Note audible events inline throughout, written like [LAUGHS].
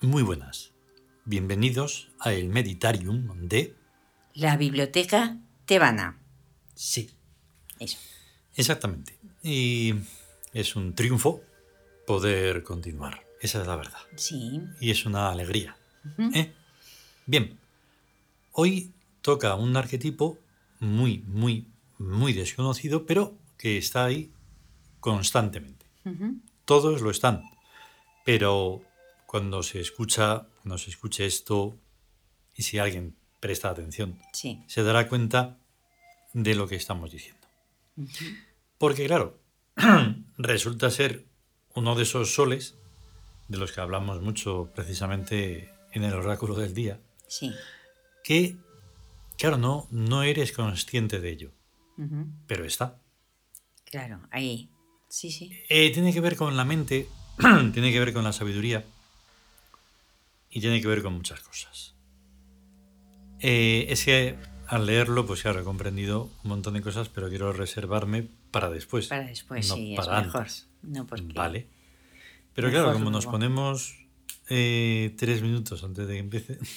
Muy buenas. Bienvenidos a el Meditarium de... La biblioteca tebana. Sí, Eso. exactamente. Y es un triunfo poder continuar. Esa es la verdad. Sí. Y es una alegría. Ujú. ¿eh? Bien. Hoy toca un arquetipo muy, muy, muy desconocido, pero que está ahí constantemente. Ujú. todos lo están. Pero cuando se escucha, cuando se escuche esto, y si alguien presta atención, Sí. se dará cuenta de lo que estamos diciendo. Porque claro, [CLEARS THROAT] resulta ser uno de esos soles de los que hablamos mucho precisamente en el oráculo del día, Sí. que claro, no no eres consciente de ello, Ujú. pero está. Claro, ahí. Sí, sí. Eh, tiene que ver con la mente, [CLEARS THROAT] tiene que ver con la sabiduría y tiene que ver con muchas cosas. Eh, es que al leerlo, pues claro, he comprendido un montón de cosas, pero quiero reservarme para después. Para después, no sí, es para mejor. antes. No porque. Vale. Pero Mejor claro, como nos luego. ponemos eh, tres minutos antes de que empiece, [LAUGHS]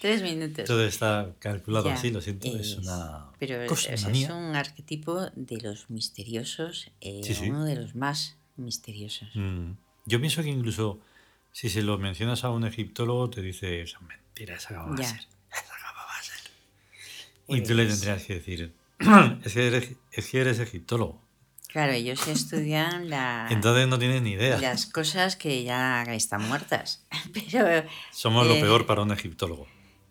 Tres minutos. todo está calculado Pues Ya, así, lo siento, es, es- una Pero cosa es, es mía. un arquetipo de los misteriosos, eh, Sí, sí. uno de los más misteriosos. Mm, Yo pienso que incluso si se lo mencionas a un egiptólogo, te dice, son mentiras, esa cómo va Ya. a ser. Esa cómo va a ser". Pues- Y tú le tendrías que decir, [CLEARS THROAT] es que eres, es que eres egiptólogo. Claro, ellos estudian la- Entonces no tienes ni idea. las cosas que ya están muertas. [LAUGHS] Pero Somos eh, lo peor para un egiptólogo.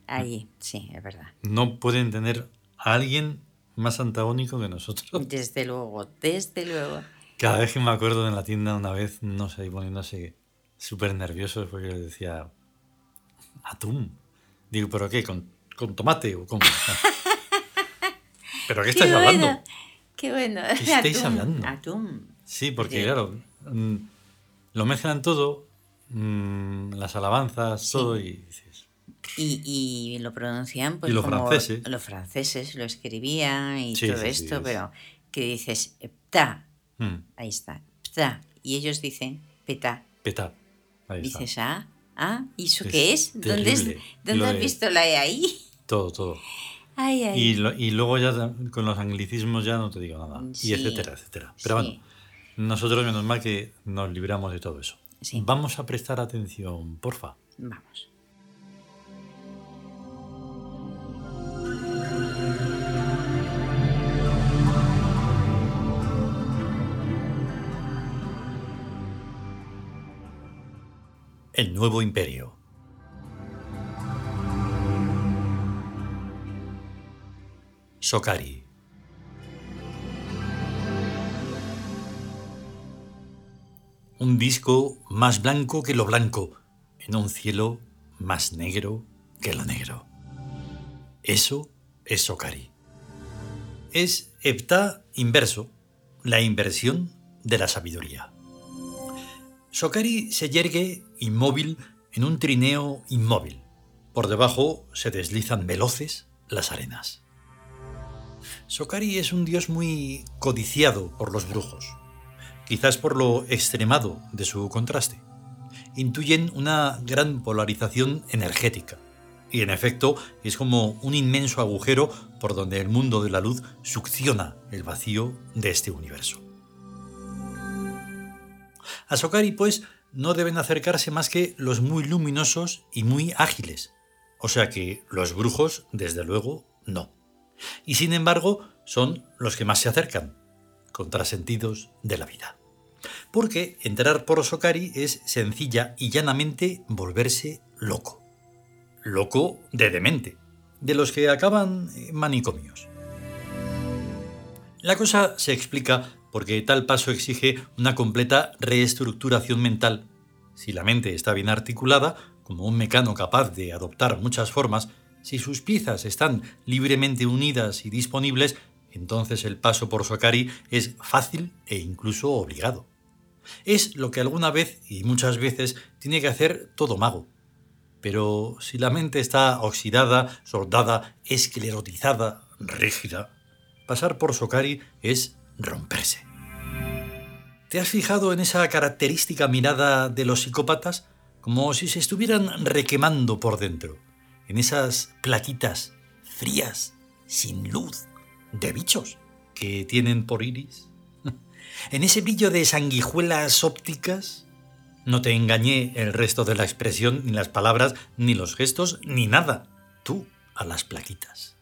ahí, sí, es verdad. No pueden tener a alguien más antagónico que nosotros. Desde luego, desde luego. Cada vez que me acuerdo en la tienda una vez, no sé, poniéndose súper nerviosos porque les decía, atún. Digo, ¿pero qué? ¿Con, con tomate o cómo? [LAUGHS] ¿Pero qué estáis bueno! hablando? ¡Qué bueno! ¿Qué estáis [LAUGHS] Atún, hablando? Atún. Sí, porque Sí. claro, mm, lo mezclan todo, mm, las alabanzas, Sí. todo, y dices, Y, y lo pronuncian pues Y los como franceses. los franceses lo escribían y Sí, todo sí, sí, esto, es- pero que dices eh, pta, mm, ahí está, pta, y ellos dicen peta, peta. Ahí está. dices ah, ah, ¿y eso Es qué es? ¿Dónde, es- terrible. Y ¿dónde lo has de- visto la E ahí? Todo, todo. [LAUGHS] Ay, ay. Y, lo- y luego ya da- con los anglicismos ya no te digo nada. Sí. Y etcétera, etcétera. Pero Sí. bueno, nosotros menos mal que nos libramos de todo eso. Sí. Vamos a prestar atención, porfa. Vamos. [LAUGHS] El nuevo imperio. Sokari. Un disco más blanco que lo blanco, en un cielo más negro que lo negro. Eso es Sokari. Es hepta inverso, la inversión de la sabiduría. Sokari se yergue inmóvil en un trineo inmóvil. Por debajo se deslizan veloces las arenas. Sokari es un dios muy codiciado por los brujos, quizás por lo extremado de su contraste. Intuyen una gran polarización energética, y en efecto es como un inmenso agujero por donde el mundo de la luz succiona el vacío de este universo. A Sokari, pues, no deben acercarse más que los muy luminosos y muy ágiles. O sea que los brujos, desde luego, no. Y sin embargo, son los que más se acercan, contrasentidos de la vida. Porque entrar por Sokari es sencilla y llanamente volverse loco. Loco de demente, de los que acaban en manicomios. La cosa se explica porque tal paso exige una completa reestructuración mental. Si la mente está bien articulada, como un mecano capaz de adoptar muchas formas, si sus piezas están libremente unidas y disponibles, entonces el paso por Sokari es fácil e incluso obligado. Es lo que alguna vez y muchas veces tiene que hacer todo mago. Pero si la mente está oxidada, soldada, esclerotizada, rígida, pasar por Sokari es romperse. ¿Te has fijado en esa característica mirada de los psicópatas como si se estuvieran requemando por dentro, en esas plaquitas frías, sin luz, de bichos que tienen por iris. [LAUGHS] En ese brillo de sanguijuelas ópticas, no te engañé el resto de la expresión, ni las palabras, ni los gestos, ni nada. Tú a las plaquitas.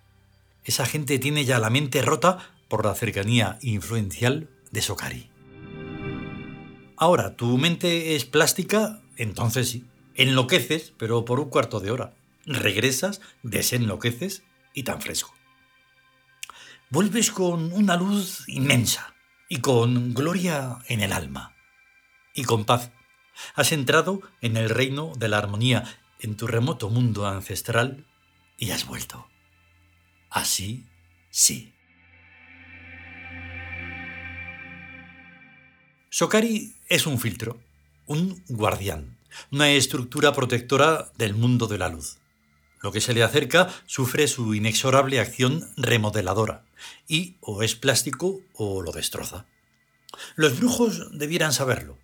Esa gente tiene ya la mente rota por la cercanía influencial de Sokari. Ahora, tu mente es plástica, entonces sí. Enloqueces, pero por un cuarto de hora. Regresas, desenloqueces y tan fresco. Vuelves con una luz inmensa y con gloria en el alma y con paz. Has entrado en el reino de la armonía, en tu remoto mundo ancestral y has vuelto. Así, sí. Sokari es un filtro, un guardián, una estructura protectora del mundo de la luz. Lo que se le acerca sufre su inexorable acción remodeladora y o es plástico o lo destroza. Los brujos debieran saberlo,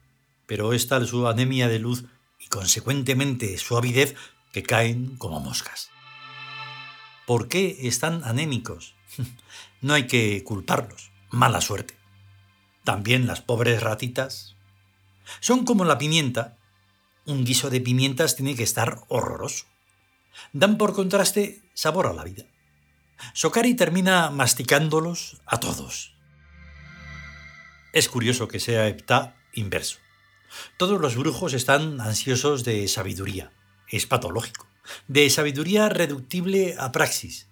pero es tal su anemia de luz y consecuentemente su avidez que caen como moscas. ¿Por qué están anémicos? [LAUGHS] No hay que culparlos. Mala suerte. También las pobres ratitas. Son como la pimienta. Un guiso de pimientas tiene que estar horroroso. Dan por contraste sabor a la vida. Sokari termina masticándolos a todos. Es curioso que sea hepta inverso. Todos los brujos están ansiosos de sabiduría. Es patológico. De sabiduría reductible a praxis.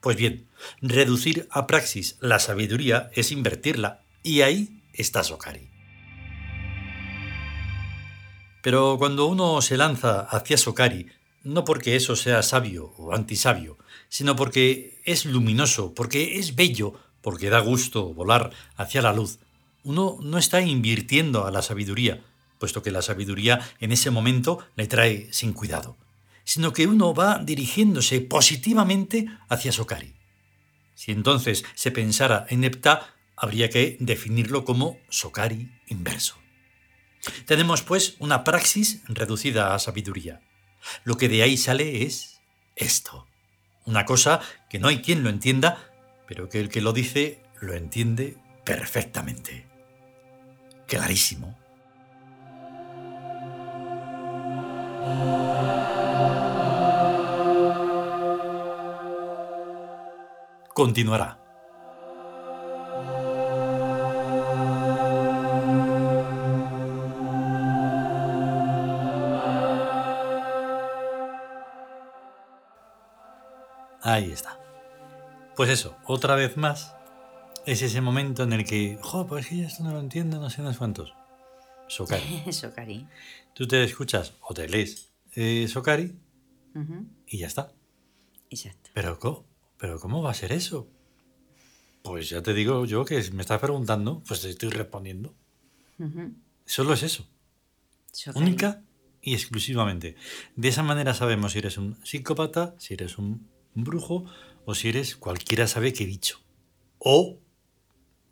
Pues bien, reducir a praxis la sabiduría es invertirla. Y ahí está Sokari. Pero cuando uno se lanza hacia Sokari, no porque eso sea sabio o antisabio, sino porque es luminoso, porque es bello, porque da gusto volar hacia la luz, uno no está invirtiendo a la sabiduría, puesto que la sabiduría en ese momento le trae sin cuidado, sino que uno va dirigiéndose positivamente hacia Sokari. Si entonces se pensara en Nepta, habría que definirlo como Sokari inverso. Tenemos pues una praxis reducida a sabiduría. Lo que de ahí sale es esto, una cosa que no hay quien lo entienda, pero que el que lo dice lo entiende perfectamente. Clarísimo. Continuará. Ahí está. Pues eso, otra vez más, es ese momento en el que, jo, pues que ya esto no lo entiendo, no sé, no sé cuántos. Sokari. Sokari. Tú te escuchas o te lees eh, Sokari Ujú, y ya está. Exacto. Pero, co- ¿Pero cómo va a ser eso? Pues ya te digo yo que si me estás preguntando, pues te estoy respondiendo. Ujú, Solo es eso, Sokari. única y exclusivamente. De esa manera sabemos si eres un psicópata, si eres un brujo o si eres cualquiera sabe qué bicho. O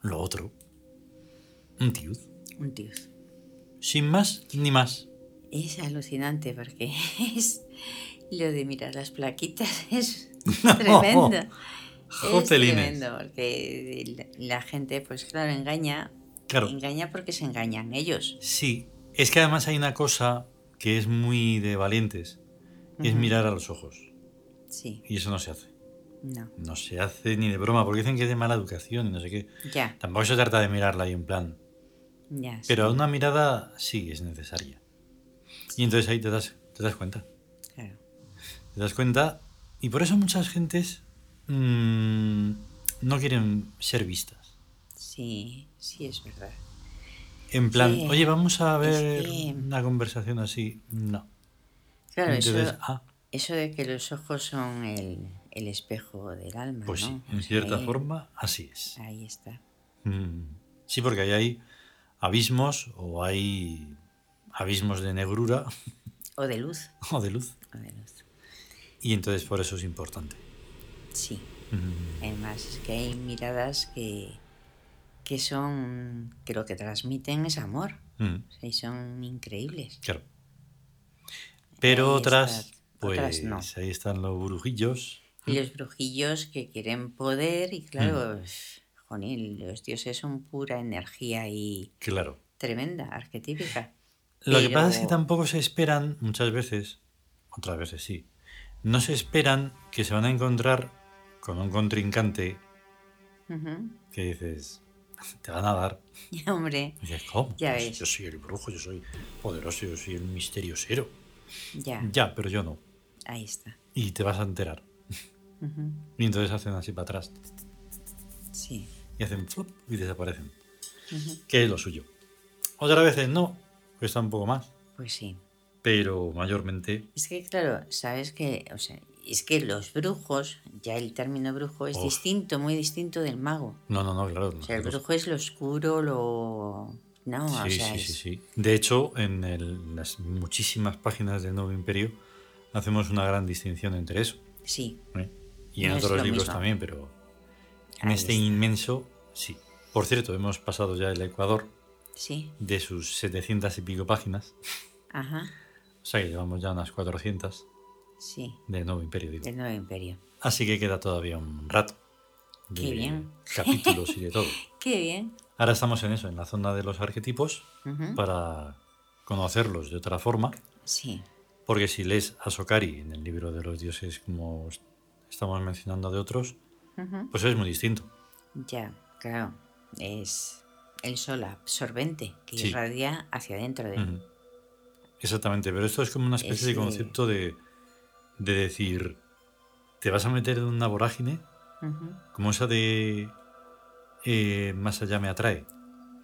lo otro, un tío. Un tío. Sin más ni más. Es alucinante porque [LAUGHS] es lo de mirar las plaquitas [LAUGHS] es tremendo. es Jotelines. tremendo porque la gente, pues claro, engaña. Claro. Engaña porque se engañan ellos. Sí, es que además hay una cosa que es muy de valientes, y es Ujú. mirar a los ojos. Sí, Y eso no se hace. no. No se hace ni de broma, porque dicen que es de mala educación y no sé qué. Ya, Tampoco se trata de mirarla ahí en plan. ya. sí, Pero una mirada sí es necesaria. Y entonces ahí te das, te das cuenta. claro. Te das cuenta. Y por eso muchas gentes mm, no quieren ser vistas. Sí, sí, es verdad. En plan, Sí, oye, vamos a es ver que- una conversación así. No. Claro, eso, Entonces, ah, eso de que los ojos son el, el espejo del alma. pues sí, ¿no? en O sea, cierta ahí- forma así es. Ahí está. Mm. Sí, porque ahí hay abismos o hay abismos de negrura O de luz. [LAUGHS] o Oh, de luz. O de luz. Y entonces por eso es importante. Sí. Mm. Además, es que hay miradas que, que son. que lo que transmiten es amor. Mm. O sea, y son increíbles. Claro. Pero Ahí otras, está. pues Otras no. ahí están los brujillos. Y los brujillos que quieren poder y claro, Mm. Jonil, los dioses son pura energía y Claro. tremenda, arquetípica. Lo que pasa es que Pero- tampoco se esperan, muchas veces, otras veces sí, no se esperan que se van a encontrar con un contrincante Ujú. [LAUGHS] que dices, te van a dar. Y, Hombre, Y dices, ¿cómo? Ya Pues ves. Yo soy el brujo, yo soy poderoso, yo soy el misteriosero. ya, Ya, pero yo no. ahí está. Y te vas a enterar. Ujú. Y entonces hacen así para atrás. Sí. Y hacen flop y desaparecen. Ujú. Que es lo suyo. Otras veces no, cuesta un poco más. Pues sí. Pero mayormente Es que, claro, sabes que, o sea, es que los brujos, ya el término brujo es Uf. distinto, muy distinto del mago. No, no, no, claro. O sea, el nosotros- brujo es lo oscuro, lo... No, o sí, sea, sí, es- sí, sí. De hecho, en el- las muchísimas páginas del Nuevo Imperio hacemos una gran distinción entre eso. sí, ¿eh? Y en No es otros lo libros mismo. también, pero en Ahí este está. inmenso, sí. Por cierto, hemos pasado ya el Ecuador sí, de sus 700 y pico páginas. ajá, O sea que llevamos ya unas 400 sí, de Nuevo Imperio, digo. del nuevo imperio. Así que queda todavía un rato de Qué bien. capítulos y de [LAUGHS] todo. Qué bien. Ahora estamos en eso, en la zona de los arquetipos, Ujú. para conocerlos de otra forma. Sí, Porque si lees a Sokari en el libro de los dioses, como os- estamos mencionando de otros, Ujú. pues es muy distinto. ya, claro, es el sol absorbente que Sí. irradia hacia adentro de... Ujú. Exactamente, pero esto es como una especie de Ese- concepto de, de decir, te vas a meter en una vorágine Ujú. como esa de eh, Más allá me atrae,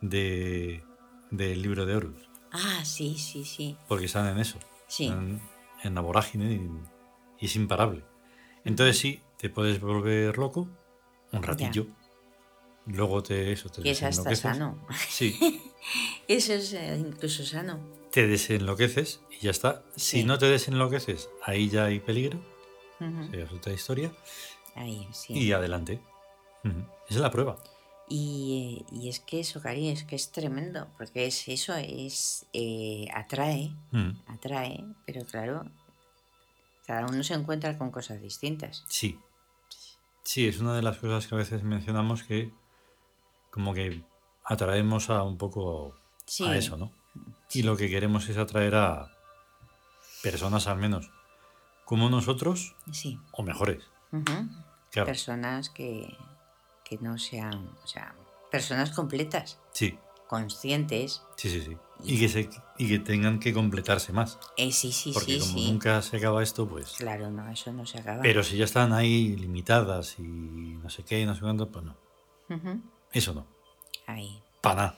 de, del libro de Horus, Ah, sí, sí, sí, porque están en eso, Sí. están en la vorágine y, y es imparable. Entonces sí, te puedes volver loco un ratillo. Luego te, eso, te que es hasta desenloqueces. sano. [LAUGHS] Sí, Eso es eh, incluso sano. te desenloqueces y ya está. Si Sí. no te desenloqueces, ahí ya hay peligro, Ujú. ya es otra historia, Ahí, Mm. sí. y adelante. Ujú. Esa es la prueba. Y, eh, y es que eso, Cari, es que es tremendo, porque es eso, es eh, atrae, Ujú. atrae, pero claro, cada uno se encuentra con cosas distintas. Sí. Sí, es una de las cosas que a veces mencionamos que como que atraemos a un poco Sí. a eso, ¿no? Y lo que queremos es atraer a personas al menos como nosotros Sí. o mejores. Ujú. Claro. Personas que, que no sean, o sea, personas completas, Sí, conscientes. sí, sí, sí. Y que, se, y que tengan que completarse más. Eh, sí, sí, Porque sí, como sí. nunca se acaba esto, pues... Claro, no, eso no se acaba. Pero si ya están ahí limitadas y no sé qué, no sé cuánto, pues no. Ujú. Eso no. Ahí. Para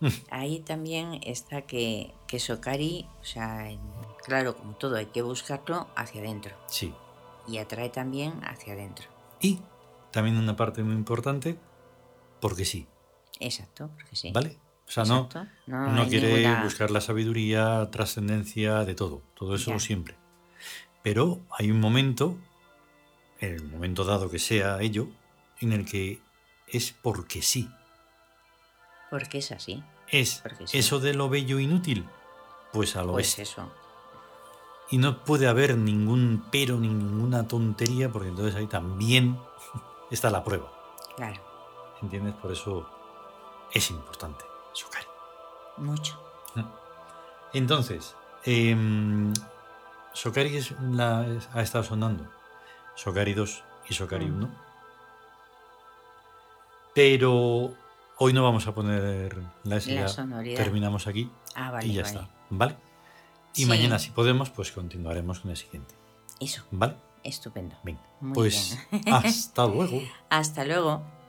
nada. Ahí también está que, que Sokari, o sea, en- claro, como todo, hay que buscarlo hacia adentro. Sí. Y atrae también hacia adentro. Y también una parte muy importante, porque sí, Exacto, porque sí. ¿vale? O sea, no, Exacto. no, hay quiere ninguna- buscar la sabiduría, trascendencia, de todo, todo eso Ya. siempre. Pero hay un momento, en el momento dado que sea ello, en el que es porque sí. Porque es así. Es Porque sí. eso de lo bello e inútil, pues a lo Pues bestia. eso. Y no puede haber ningún pero ni ninguna tontería, porque entonces ahí también [LAUGHS] está la prueba. Claro. ¿Entiendes? Por eso es importante, Sokari. Mucho. Entonces, em, Sokari es la- es- ha estado sonando. Sokari 2 y Sokari Mm. 1. Pero hoy no vamos a poner la S, La Pues ya sonoridad. Terminamos aquí Ah, vale. y ya vale. está. ¿Vale? Y Sí. mañana, si podemos, pues continuaremos con el siguiente. Eso. ¿Vale? Estupendo. Venga. Muy pues bien. [LAUGHS] hasta luego. Hasta luego.